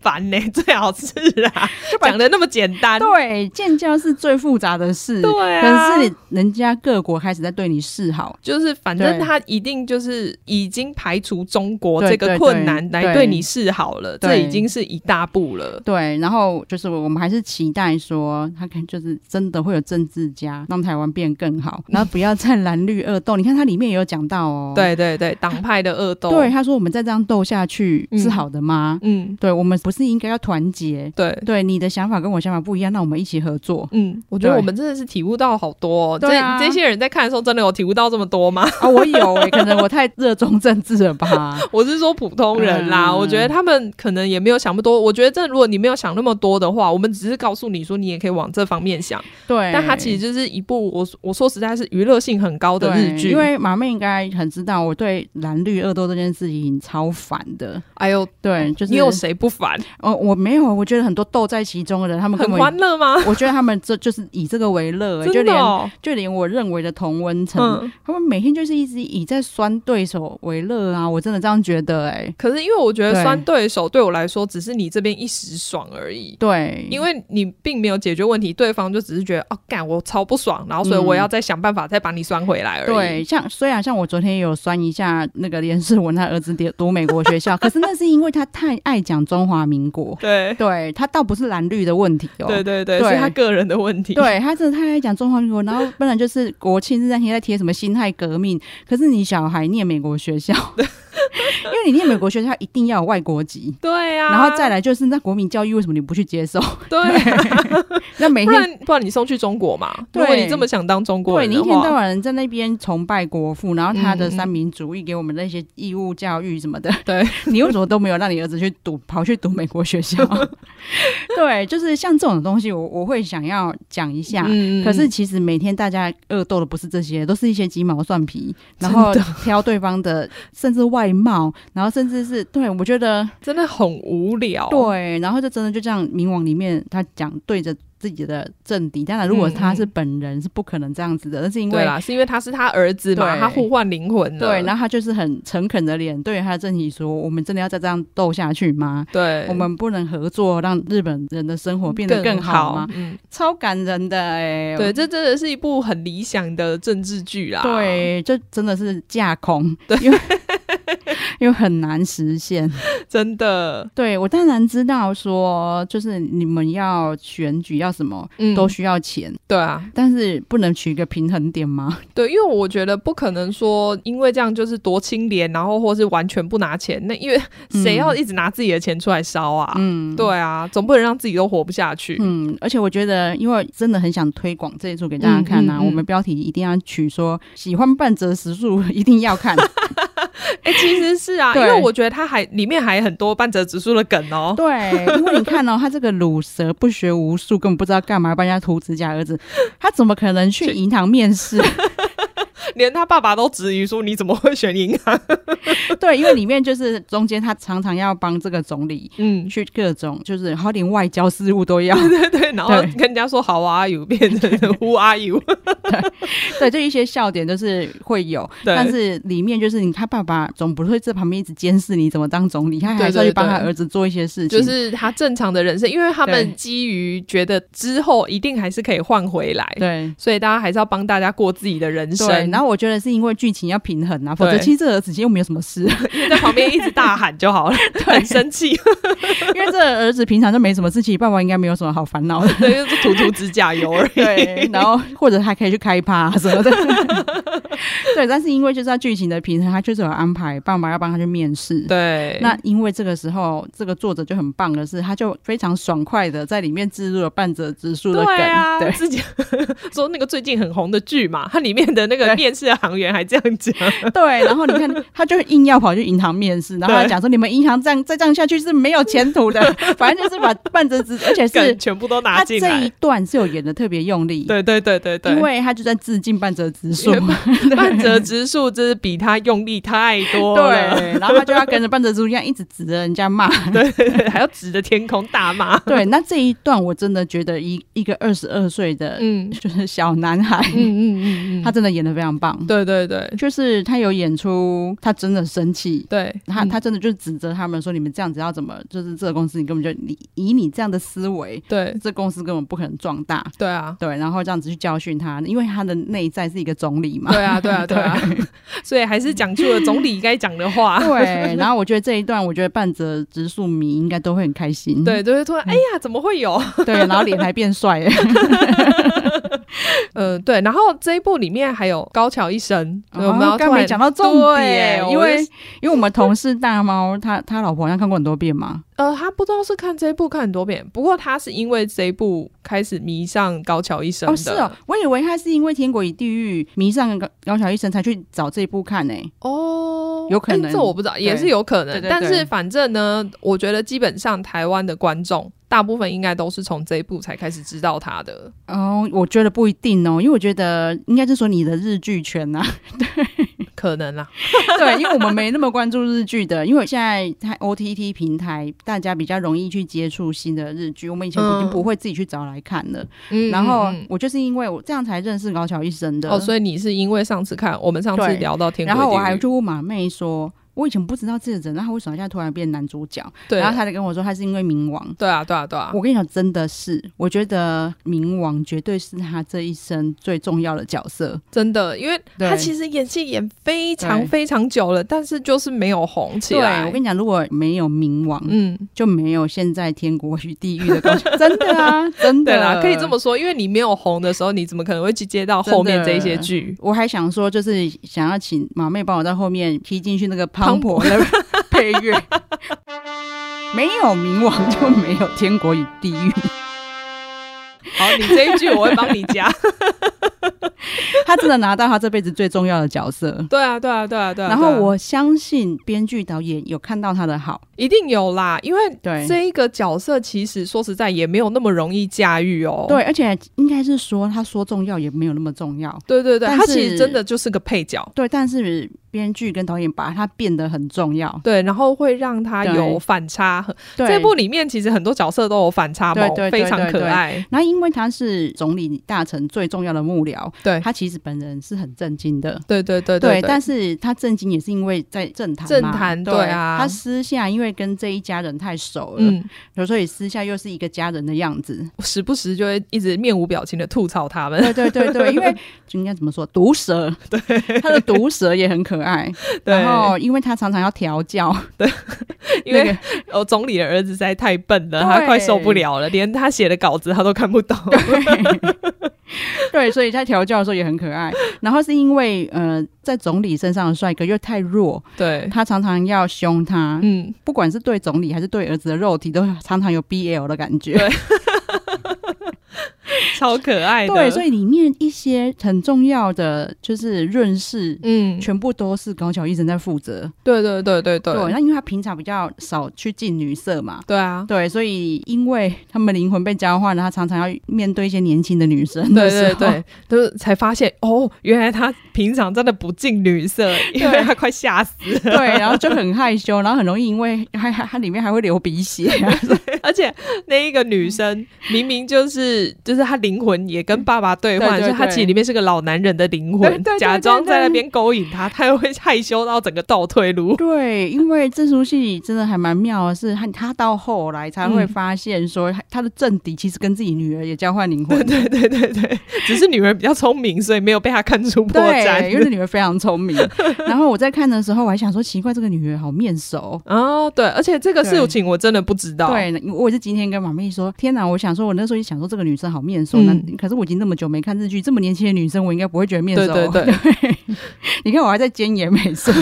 B: 烦呢、最好是啊，讲的那么简单。
A: 对，建交是最复杂的事，
B: 对啊，
A: 可是人家各国开始在对你示好，
B: 就是反正
A: 对
B: 他一定就是已经排除中国
A: 对
B: 这个
A: 对
B: 困
A: 对
B: 难来
A: 对
B: 对你示好了，这
A: 对
B: 已经是一大步了。
A: 对，然后就是我们还是期待说，他可能就是真的会有政治家让台湾变更 好，然后不要再蓝绿恶斗。你看它里面也有讲到哦，
B: 对对对，党派的恶斗。
A: 对，，他说我们再这样斗下去
B: 嗯
A: 是好的吗？
B: 嗯，
A: 对我们不是应该要团结？
B: 对。
A: 对，你的想法跟我想法不一样，那我们一起合 作
B: 嗯，我觉得
A: 对
B: 我们真的是体悟到好多、哦。
A: 对啊
B: 这这些人在看的时候，真的有体悟到这么多吗？
A: 啊！我有诶、可能我太热衷政治了吧？
B: 我是说普通人啦，
A: 嗯
B: 我觉得他们可能也没有想那么多。我觉得这如果你没有想那么多的话，我们只是告诉你说你也可以往这方面想。
A: 对，
B: 但它其实就是一部我我说实在是娱乐性很高的
A: 对
B: 日剧。
A: 因为马妹应该很知道我对蓝绿恶斗这件事情超烦的。
B: 哎呦，
A: 对，就是
B: 你有谁不烦？
A: 哦，我没有，我觉得很多斗在其中的人，他们根
B: 很
A: 本
B: 欢乐吗？
A: 我觉得他们这就是以这个为乐、欸，就
B: 真的、
A: 连
B: 哦，
A: 就连我认为的同温层，
B: 嗯。
A: 他们每天就是一直以在酸对手为乐啊，我真的这样觉得、欸，哎，
B: 可是因为我觉得
A: 对
B: 酸对手对我来说，只是你这边一时爽而已。
A: 对，
B: 因
A: 为
B: 为你并没有解决问题，对方就只是觉得哦，干我超不爽，然后所以
A: 嗯
B: 我要再想办法再把你酸回来而已。
A: 对，像虽然像我昨天也有酸一下那个连世文他儿子读读美国学校，可是那是因为他太爱讲中华民国，
B: 对
A: 对他倒不是蓝绿的问题哦，
B: 对对对，
A: 对
B: 是他个人的问题。
A: 对他真的太爱讲中华民国，然后不然就是国庆日那天在贴什么辛亥革命，可是你小孩念美国学校，因为你念美国学校一定要有外国籍。
B: 对呀、啊，
A: 然后再哎来就是那国民教育为什么你不去接受？
B: 对、
A: 那每
B: 不
A: 天
B: 然不然你送去中国嘛？
A: 对
B: 如果你这么想当中国
A: 对
B: 人
A: 你
B: 的
A: 一天到
B: 话，
A: 晚在那边崇拜国父，然后他的
B: 嗯嗯
A: 三民主义给我们那些义务教育什么的，
B: 对
A: 你为什么都没有让你儿子去读跑去读美国学校？ 对，就是像这种东西我，我会想要讲一下。
B: 嗯
A: 可是其实每天大家恶斗的不是这些，都是一些鸡毛蒜皮，然后
B: 真
A: 挑对方的，甚至外貌，然后甚至是对我觉得
B: 真的很无聊。
A: 对，然后就真的就这样，冥王里面他讲对着自己的政敌，当然如果
B: 嗯
A: 他
B: 嗯
A: 是本人是不可能这样子的，那是因
B: 对
A: 为。
B: 啦，是因为他是他儿子嘛，
A: 对
B: 他互换灵魂了。
A: 对，然后他就是很诚恳的脸对着他的政敌说：“我们真的要再这样斗下去吗？
B: 对，
A: 我们不能合作，让日本人的生活变得
B: 更
A: 更好吗？”
B: 嗯，
A: 超感人的哎、
B: 对，这真的是一部很理想的政治剧啦。，
A: 对，这真的是架 空，对，因为因为很难实现。
B: 真的，
A: 对我当然知道说，就是你们要选举要什么
B: 嗯
A: 都需要钱，
B: 对啊，
A: 但是不能取一个平衡点吗？
B: 对，因为我觉得不可能说因为这样就是多清廉，然后或是完全不拿钱，那因为
A: 嗯
B: 谁要一直拿自己的钱出来烧啊？
A: 嗯，
B: 对啊，总不能让自己都活不下去。
A: 嗯，而且我觉得，因为真的很想推广这一出给大家看呐、啊
B: 嗯嗯嗯
A: 我们标题一定要取说“喜欢半折时速”，一定要 看。
B: 哎、其实是啊，因
A: 对
B: 为我觉得它还里面还很多半折指数的梗哦。
A: 对，因为你看哦，他这个鲁蛇不学无术，根本不知道干嘛帮人家涂指甲儿子，他怎么可能去银行面试？
B: 连他爸爸都质疑说：“你怎么会选银行
A: 对，因为里面就是中间他常常要帮这个总理？”
B: 嗯，
A: 去各种，就是好连外交事务都要，
B: 对对，然后
A: 对
B: 跟人家说好啊 you 变成 who are you，
A: 对，就一些笑点就是会有，
B: 对
A: 但是里面就是你他爸爸总不会在旁边一直监视你怎么当总理，他还
B: 对
A: 是要去
B: 对
A: 帮他
B: 对
A: 儿子做一些事情，
B: 就是他正常的人生，因为他
A: 对
B: 们基于觉得之后一定还是可以换回来，
A: 对。
B: 所以大家还是要帮大家过自己的人生。
A: 对，然后我觉得是因为剧情要平衡啊，否则
B: 对
A: 其实这儿子又没有什么事，
B: 在旁边一直大喊就好了，很生气，
A: 因为这儿子平常就没什么事情，爸爸应该没有什么好烦恼的。
B: 对，就是 涂涂指甲油而已。
A: 对，然后或者还可以去开趴什么的。 对，但是因为就是在剧情的平衡，他就是有安排爸爸要帮他去面试。
B: 对，
A: 那因为这个时候，这个作者就很棒的是，他就非常爽快的在里面置入了半泽直树的梗，
B: 对啊，
A: 对
B: 自己 说那个最近很红的剧嘛，它里面的那个面试行员还这样讲，
A: 对然后你看，他就硬要跑去银行面试，然后他讲说你们银行这样再这样下去是没有前途 的，反正就是把半泽直，而且是
B: 梗全部都拿
A: 他
B: 进
A: 这一
B: 来。
A: 段是有演的特别用力，
B: 对对对对对，
A: 因 为 他就在致敬半泽直树
B: 因为。半泽直树真是比他用力太多了，
A: 对，然后他就要跟着半泽直树一样，一直指着人家 骂。
B: 对，还要指着天空大骂。
A: 对，那这一段我真的觉得一一个二十二岁的，
B: 嗯
A: 就是小男孩，
B: 嗯嗯嗯嗯，
A: 他真的演的非常棒。
B: 对对对
A: 就是他有演出，他真的生气，
B: 对，
A: 他
B: 嗯
A: 他真的就指责他们说，你们这样子要怎么，就是这个公司你根本就你以你这样的思维，
B: 对
A: 这公司根本不可能壮大。
B: 对啊。
A: 对，然后这样子去教训他，因为他的内在是一个总理嘛。
B: 对啊，对啊，对啊，所以还是讲出了总理该讲的话。
A: 对，然后我觉得这一段，我觉得半泽直树迷应该都会很开心。
B: 对，就是突然，
A: 嗯
B: 哎呀，怎么会 有？
A: 对，然后脸还变帅了。
B: 嗯，对。然后这一部里面还有高桥一生，对我们
A: 哦
B: 要
A: 刚
B: 突
A: 没
B: 然
A: 讲到重点，
B: 对
A: 因为
B: 我就
A: 因为我们同事大猫，他他老婆好像看过很多遍嘛。
B: 呃，他不知道是看这一部看很多遍，不过他是因为这一部开始迷上高桥一生的。
A: 哦，是哦，我以为他是因为《天国与地狱》迷上高高桥医生才去找这一部看呢、
B: 哦，
A: 有可
B: 诶
A: 能
B: 这我不知道，也
A: 对
B: 是有可能。
A: 对对
B: 但
A: 对
B: 是反正呢，我觉得基本上台湾的观众大部分应该都是从这一部才开始知道他的。
A: 哦，我觉得不一定哦，因为我觉得应该是说你的日剧圈啊呐、
B: 可能啦，
A: 对，因为我们没那么关注日剧的，因为现在它 OTT 平台大家比较容易去接触新的日剧，我们以前已经
B: 嗯
A: 不会自己去找来看了。
B: 嗯
A: 然后
B: 嗯嗯
A: 我就是因为我这样才认识高桥医生的，
B: 哦，所以你是因为上次看我们上次
A: 对
B: 聊到天鬼
A: 然
B: 地狱，
A: 后我还就问马妹说。我以前不知道这个人，然后为什么现在突然变男主角？
B: 对，
A: 然后她就跟我说，他是因为冥王。
B: 对啊，对啊，对啊，
A: 我跟你讲，真的是，我觉得冥王绝对是他这一生最重要的角色。
B: 真的，因为他
A: 对
B: 其实演戏演非常
A: 对
B: 非常久了，但是就是没有红起
A: 对，
B: 来。
A: 我跟你讲，如果没有冥王，
B: 嗯，
A: 就没有现在天国与地狱的高潮。真的啊，真
B: 对
A: 的
B: 啦，可以这。么说，因为你没有红的时候，你怎么可能会去接到后面这一些剧？
A: 我还想说，就是想要请马妹帮我在后面踢进去那个磅礴的 配乐。 没有冥王就没有天国与地狱，
B: 好，你这一句我会帮你 加。
A: 他真的拿到他这辈子最重要的角色。
B: 对啊，对啊，对啊，对啊。
A: 然后
B: 对啊
A: 我相信编剧导演有看到他的好，
B: 一定有啦，因为
A: 对
B: 这一个角色其实说实在也没有那么容易驾驭哦。
A: 对，而且应该是说他说重要也没有那么重要，
B: 对对对，
A: 但
B: 他
A: 是
B: 其实真的就是个配角。
A: 对，但是编剧跟导演把他变得很重要。
B: 对，然后会让他
A: 对
B: 有反差。
A: 对，
B: 这部里面其实很多角色都有反差萌，
A: 对对对
B: 非常可爱。
A: 然后，因为他是总理大臣最重要的幕僚，
B: 对
A: 他其实本人是很震惊的。
B: 对对对对，
A: 但是他震惊也是因为在政坛嘛，
B: 政坛
A: 对
B: 对啊
A: 他私下因为跟这一家人太熟了，
B: 嗯，
A: 所以私下又是一个家人的样子。
B: 时不时就会一直面无表情的吐槽他们。
A: 对对对对， 因为就应该怎么说，毒蛇，对，他的毒蛇也很可爱。
B: 对
A: 然，后，因为他常常要调教，
B: 因为
A: 那个
B: 哦，总理的儿子实在太笨了，
A: 对
B: 他快受不了了，连他写的稿子他都看不懂。
A: 对，所以在调教的时候也很可爱。然后是因为呃，在总理身上的帅哥又太弱，
B: 对，
A: 他常常要凶他，
B: 嗯，
A: 不管是对总理还是对儿子的肉体，都常常有 BL 的感觉。
B: 对超可爱的。
A: 对，所
B: 以
A: 以里面一些很重要的就是润饰，
B: 嗯，
A: 全部都是高桥医生在负责。
B: 对对对对对，
A: 对，那因为他平常比较少去进女色嘛。
B: 对啊。
A: 对，所以因为他们灵魂被交换了，他常常要面对一些年轻的女生的
B: 对
A: 时
B: 对
A: 候。
B: 对，就是才发现哦，原来他平常真的不近女色，因为他快吓死了，
A: 对，然后就很害羞，然后很容易因为还还它里面还会流鼻血、啊
B: 而且那一个
A: 嗯
B: 女生明明就是就是她灵魂也跟爸爸对换，
A: 对对
B: 所以她
A: 对
B: 其实里面是个老男人的灵魂，
A: 对对对
B: 假装在那
A: 对对
B: 边勾引她，她又会害羞到整个倒退路。
A: 对，因为这出戏真的还蛮妙的是，他他到后来才会
B: 嗯
A: 发现说，他他的政敌其实跟自己女儿也交换灵 魂。
B: 对对对对，只是女人比较聪明，所以没有被她看出破绽。
A: 对，因为那女儿非常聪明。然后我在看的时候，我还想说，奇怪，这个女儿好面熟。
B: 哦，对，而且这个
A: 对
B: 事情我真的不知道。
A: 对，我也是今天跟马妹说，天哪！我想说，我那时候也想说，这个女生好面熟，熟男，
B: 嗯
A: 可是我已经那么久没看日剧，这么年轻的女生，我应该不会觉得面熟。
B: 对对
A: 你看我还在兼野美 穗，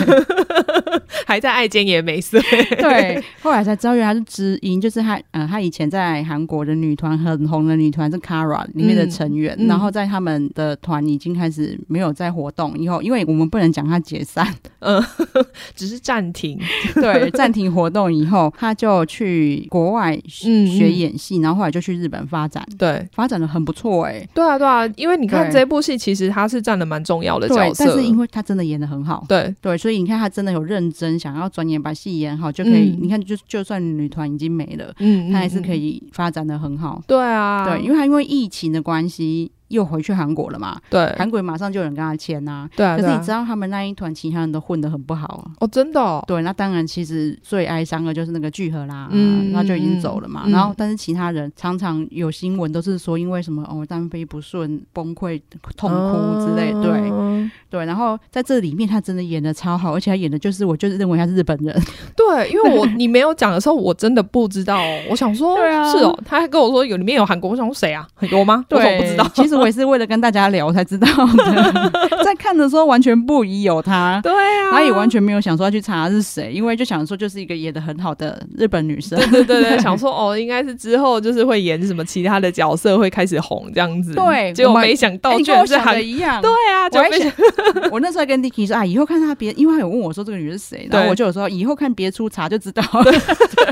B: 还在爱菅野美穗，
A: 对，后来才知道原来是知音，就是她，呃，她以前在韩国的女团很红的女团是 Kara 里面的成员，
B: 嗯嗯
A: 然后在他们的团已经开始没有在活动以后，因为我们不能讲她解 散，
B: 嗯， 只是暂停，
A: 对，暂停活动以后，她就去国外
B: 嗯嗯
A: 学演戏，然后后来就去日本发展，
B: 对。
A: 发展的很不错哎、
B: 对啊，对啊，因为你看
A: 对
B: 这部戏，其实它是占了蛮重要的角
A: 对，
B: 色，
A: 但是因为她真的演的很好。
B: 对
A: 对，所以你看，她真的有认真想要钻研，把戏演好就可以。
B: 嗯
A: 你看就，就算女团已经没了，
B: 嗯，嗯
A: 她还是
B: 嗯
A: 可以发展的很好。
B: 对啊，
A: 对，因为他因为疫情的关系又回去韩国了嘛，
B: 对
A: 韩国马上就有人跟他签呐、
B: 对啊，
A: 可
B: 对
A: 是
B: 啊
A: 你知道他们那一团其他人都混得很不好啊。
B: 哦，真的哦，
A: 对，那当然，其实最哀伤的就是那个聚合啦，
B: 嗯
A: 他就已经走了嘛。
B: 嗯
A: 然后，但是其他人常常有新闻都是说，因为什么哦，单飞不顺、崩溃、痛哭之类。对
B: 嗯
A: 对，然后在这里面，他真的演的超好，而且他演的就是我就是认为他是日本人，
B: 对，因为 我你没有讲的时候，我真的不知道哦。我想说，
A: 对啊
B: 是哦，他还跟我说有里面有韩国，我想说谁啊？ 有吗？我怎么不知道？
A: 其实我也是为了跟大家聊才知道的， 在看的时候完全不疑有他。
B: 对啊，
A: 他也完全没有想说要去查是谁，因为就想说就是一个演的很好的日本女生。
B: 对对对，想说哦，应该是之后就是会演什么其他的角色会开始红这样子。
A: 对
B: 结
A: 我
B: 果
A: 们
B: 没想
A: 哎
B: 到
A: 你
B: 居
A: 跟我
B: 然是
A: 想
B: 韩
A: 的。一样。
B: 对啊，就
A: 我还
B: 没想
A: 我那时候还跟 Dicky 说啊，以后看他别，因为他有问我说这个女是谁，然后
B: 对
A: 我就有说以后看别出查就知道了。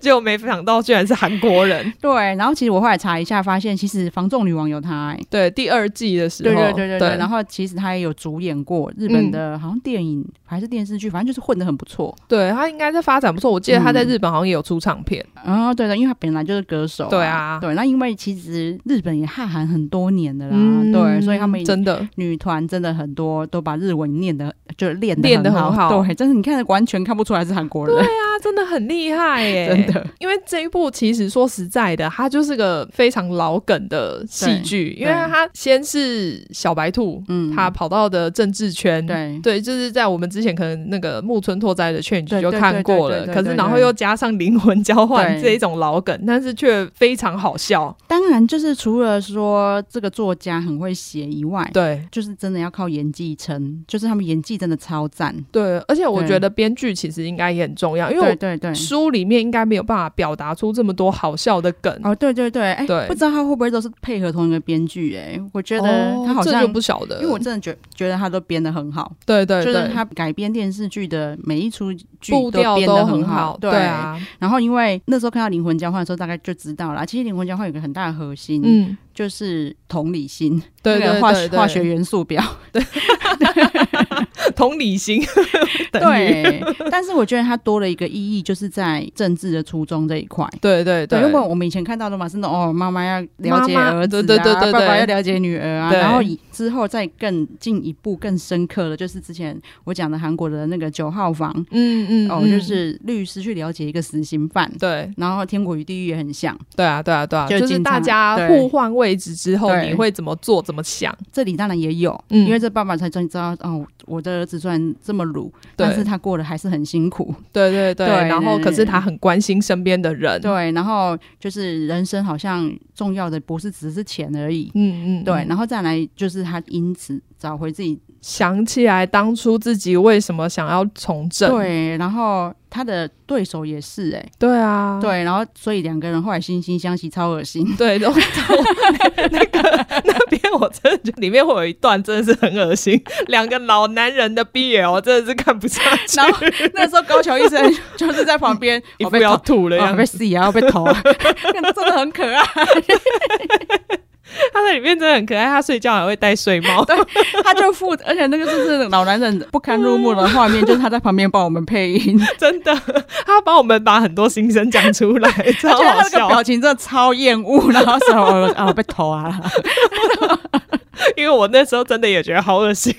B: 结果没想到居然是韩 国人。
A: 对，然后其实我后来查一下，发现其实防仲女王有她、哎
B: 对，第二季的时
A: 对
B: 候，
A: 对对对对，然
B: 后嗯
A: 后其实她也有主演过日本的，好像电影还是电视剧，反正就是混的很不错。
B: 对他应该在发展不错。我记得他在
A: 嗯
B: 日本好像也有出唱片。
A: 哦，对的，因为她本来就是歌手、
B: 对啊
A: 对，那因为其实日本也哈韩很多年的啦，
B: 嗯，
A: 对，所以他们
B: 真的
A: 女团真的很多都把日文念的就是练得
B: 练得
A: 好，
B: 很好
A: 对，真的你看完全看不出来是韩国人，
B: 他真的很厉害耶，
A: 真的。
B: 因为这一部其实说实在的，它就是个非常老梗的戏剧，因为它先是小白兔，
A: 嗯
B: 他跑到的政治圈，
A: 对
B: 就是在我们之前可能那个木村拓哉的劝局
A: 对
B: 就看过了，
A: 对对对对
B: 可
A: 对
B: 是
A: 对
B: 然后又加上灵魂交换
A: 对
B: 这一种老梗，但是却非常好笑，
A: 当然，就是除了说这个作家很会写以外，
B: 对。
A: 就是真的要靠演技撑，就是他们演技真的超赞。
B: 对，而且我
A: 对
B: 觉得编剧其实应该也很重要，因
A: 对
B: 为
A: 对对
B: 我，书里面应该没有办法表达出这么多好笑的梗。
A: 哦对对对，哎、
B: 对
A: 不知道他会不会都是配合同一个编剧？哎，我觉得
B: 哦
A: 他好
B: 这
A: 像
B: 就，不晓得，
A: 因为我真的觉觉得他都编的很好，
B: 对对
A: 就
B: 对，
A: 是他改编电视剧的每一出剧
B: 步调
A: 编
B: 都
A: 的很
B: 好，
A: 对
B: 啊，
A: 然后因为那时候看到《灵魂交换》的时候，大概就知道了。其实《灵魂交换》有个很大的核心，
B: 嗯，
A: 就是同理心，
B: 对
A: 那
B: 对
A: 个化
B: 对对
A: 化学元素表。
B: 同理 心 等于，
A: 对，但是我觉得它多了一个意义，就是在政治的初衷这一块。
B: 对对
A: 对，因为我们以前看到的嘛，是那种哦，妈妈要了解
B: 妈妈
A: 儿子啊，
B: 对对对对对
A: 爸爸要了解女儿啊，
B: 对
A: 然后以之后再更进一步、更深刻的，就是之前我讲的韩国的那个九号房，
B: 嗯嗯，
A: 哦，
B: 嗯
A: 就是律师去了解一个死刑犯，
B: 对
A: 然后天国与地狱也很像。
B: 对啊对啊对啊，
A: 就
B: 就是
A: 警
B: 大
A: 察
B: 家
A: 对
B: 互换位置之后，
A: 对
B: 你会怎么做，怎么想？
A: 这里当然也有，
B: 嗯
A: 因为这爸爸才终于知道哦，我的儿子虽然这么鲁，
B: 对嗯
A: 但是他过得还是很辛苦。
B: 对对对，
A: 对对
B: 然后
A: 对
B: 可是他很关心身边的人，
A: 对，然后就是人生好像重要的不是只是钱而已。
B: 嗯嗯，
A: 对，
B: 嗯
A: 然后再来就是他因此找回自己。
B: 想起来当初自己为什么想要从政，
A: 对，然后他的对手也是哎、
B: 对啊，
A: 对，然后所以两个人后来惺惺相惜，超恶心。
B: 对， 然后那个那边我真的觉得里面会有一段真的是很恶心，两个老男人的 BL 真的是看不下 去，
A: 然后那时候高桥医生就是在旁 边，
B: 一
A: 我
B: 副
A: 被
B: 要
A: 投，
B: 吐了
A: 我
B: 样
A: 被
B: 子。
A: 死啊也要被投， 真的很可爱。
B: 他在里面真的很可爱，他睡觉还会戴睡帽。
A: 他就负，而且那个就是老男人不堪入目的画面，就是他在旁边帮我们配音，
B: 真的，他帮我们把很多心声讲出来，
A: 而且
B: 超好
A: 他那个
B: 笑
A: 表。情真的超厌恶，然后什么啊我被投啊，
B: 因因为我那时候真的也觉得好恶心，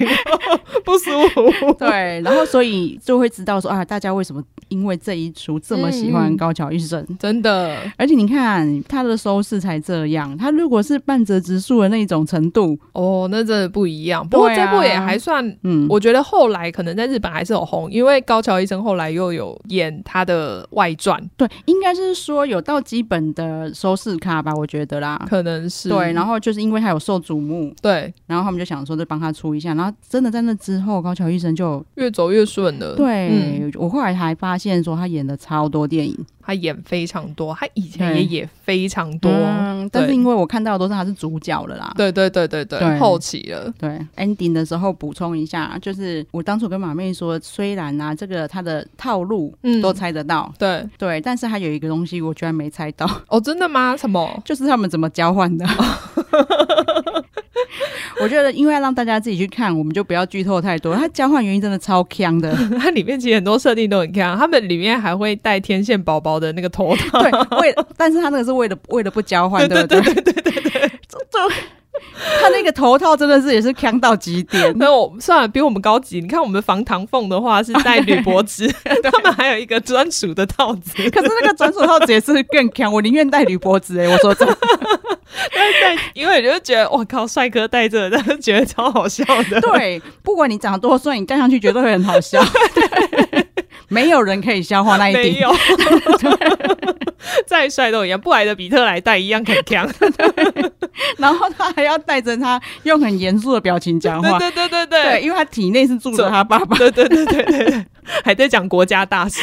B: 不舒服。
A: 对，然后所以就会知道说啊，大家为什么因为这一出这么喜
B: 嗯
A: 欢
B: 嗯
A: 高桥医生？
B: 真的，
A: 而且你看他的收视才这样，他如果是半折直树的那种程度，
B: 哦，那真的不一样。不过
A: 对
B: 这
A: 啊
B: 部也还算，
A: 嗯，
B: 我觉得后来可能在日本还是有红，因为高桥医生后来又有演他的外传，
A: 对，应该是说有到基本的收视卡吧，我觉得啦。
B: 可能是
A: 啊对，然
B: 后
A: 后就是因为他有受瞩目，
B: 对
A: 然后他们就想说就帮他出一下，然后真的在那之后，高桥医生就
B: 越走越顺了。
A: 对、
B: 嗯
A: 我后来还发现说他演了超多电影，
B: 他演非常多，他以前
A: 对
B: 也演非常多。
A: 嗯但是
B: 对
A: 因为我看到的都是他是主角了啦。
B: 对对对对对，
A: 对
B: 后期了。
A: 对 ending 的时候补充一下，就是我当初跟马妹说，虽然啊这个他的套路
B: 嗯
A: 都猜得到，
B: 对
A: 对，但是还有一个东西我居然没猜到，
B: 哦，真的吗？什么？
A: 就是他们怎么交换的。 我觉得，因为要让大家自己去看，我们就不要剧透太多。它交换原因真的超强的，
B: 它里面其实很多设定都很强，他们里面还会戴天线宝宝的那个头套。
A: 对，为但是他那个是为了为了不交换， 对不对？对对对对对。他那个头套真的是也是强到极点，
B: 那我算了，比我们高级。你看我们防唐凤的话是戴铝箔 纸，他们还有一个专属的套子，
A: 可是那个转手套子也是更强，我宁愿戴铝箔纸哎、我说真的，
B: 但因为你就觉得哇靠，帅哥戴这个，但是觉得超好笑的。
A: 对，不管你长得多帅，你戴上去绝对会很好笑。 没有人可以消化那一
B: 没
A: 点。
B: 有，再帅都一样，布莱德比特来戴一样很强。
A: 然后他还要带着他用很严肃的表情讲话，
B: 对对对对
A: 对，
B: 对
A: 因为他体内是住着他爸 爸，
B: 对对对对对对，还在讲国家大事。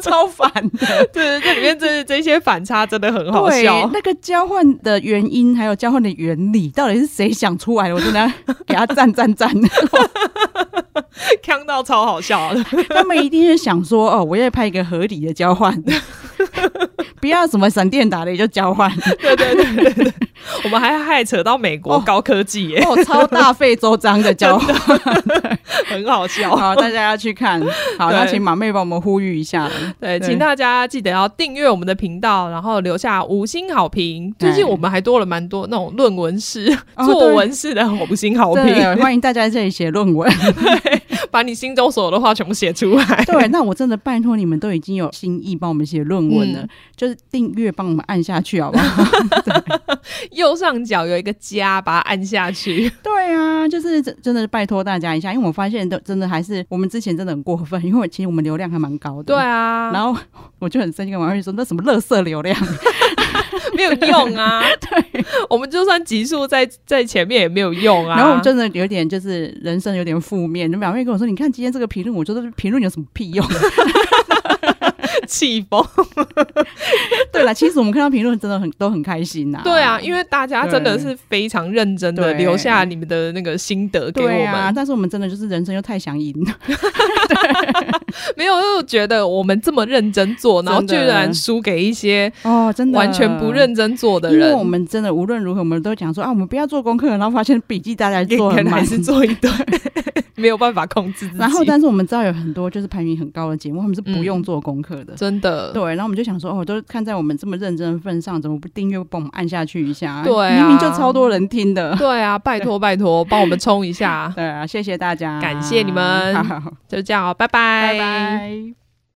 A: 超烦的。
B: 对，这里面这这些反差真的很好
A: 对
B: 笑，。
A: 那个交换的原因还有交换的原理，到底是谁想出来的？我真的 要给他赞赞 赞！
B: 看到超好笑的。
A: 他们一定是想说，哦，我要拍一个合理的交 换，不要什么闪电打雷就交 换，
B: 对对对对对，我们还还扯到美国
A: 哦
B: 高科技耶，
A: 哦，超大费周章的交换。
B: 很好笑。
A: 好，大家要去看。好，
B: 对
A: 那请马妹帮我们呼吁一下。
B: 对，
A: 对
B: 请大家记得要订阅我们的频道，然后留下五星好评。最近
A: 对
B: 我们还多了蛮多那种论文式、
A: 哦
B: 作文式的五星好
A: 对
B: 评，
A: 欢迎大家在这里写论 文。
B: 把你心中所有的话全部写出来。
A: 对，那我真的拜托你们都已经有心意帮我们写论文了，
B: 嗯
A: 就是订阅帮我们按下去好不好？
B: 右上角有一个加，把它按下去。
A: 对啊，就是真真的拜托大家一下，因为我发现都真的还是我们之前真的很过分，因为其实我们流量还蛮高的。
B: 对。啊，
A: 然后我就很生气，跟王瑞说：“那什么垃圾流量，
B: 没有用 啊。对，我们就算集数在在前面也没有用啊。
A: 然后我们真的有点就是人生有点负面。那表妹跟我说：“你看今天这个评论，我觉得评论有什么屁用？”
B: 气疯。
A: 对了，其实我们看到评论真的很都很开心呐、
B: 对啊，因为大家真的是非常认真的
A: 对
B: 留下你们的那个心得给我
A: 对
B: 们，
A: 啊，但是我们真的就是人生又太想赢，
B: 没有就觉得我们这么认真做，然后居然输给一些
A: 哦，真的
B: 完全不认真做的
A: 因为
B: 人
A: 我，们真的无论如何，我们都讲说啊，我们不要做功课，然后发现笔记大家
B: 也
A: 做
B: 可
A: 很
B: 能还
A: 满。
B: 是 做一堆，没有办法控制自己。
A: 然后，但是我们知道有很多就是排名很高的节目，他们是不
B: 嗯
A: 用做功课的。
B: 真的，
A: 对，然后我们就想说，哦，都看在我们这么认真的份上，怎么不订阅帮我们按下去一下？
B: 对啊
A: 明明就超多人听的。
B: 对啊，拜托拜托，帮我们冲一下，
A: 对啊，谢谢大家，
B: 感谢你 们
A: 好，
B: 就这样哦，拜
A: 拜拜。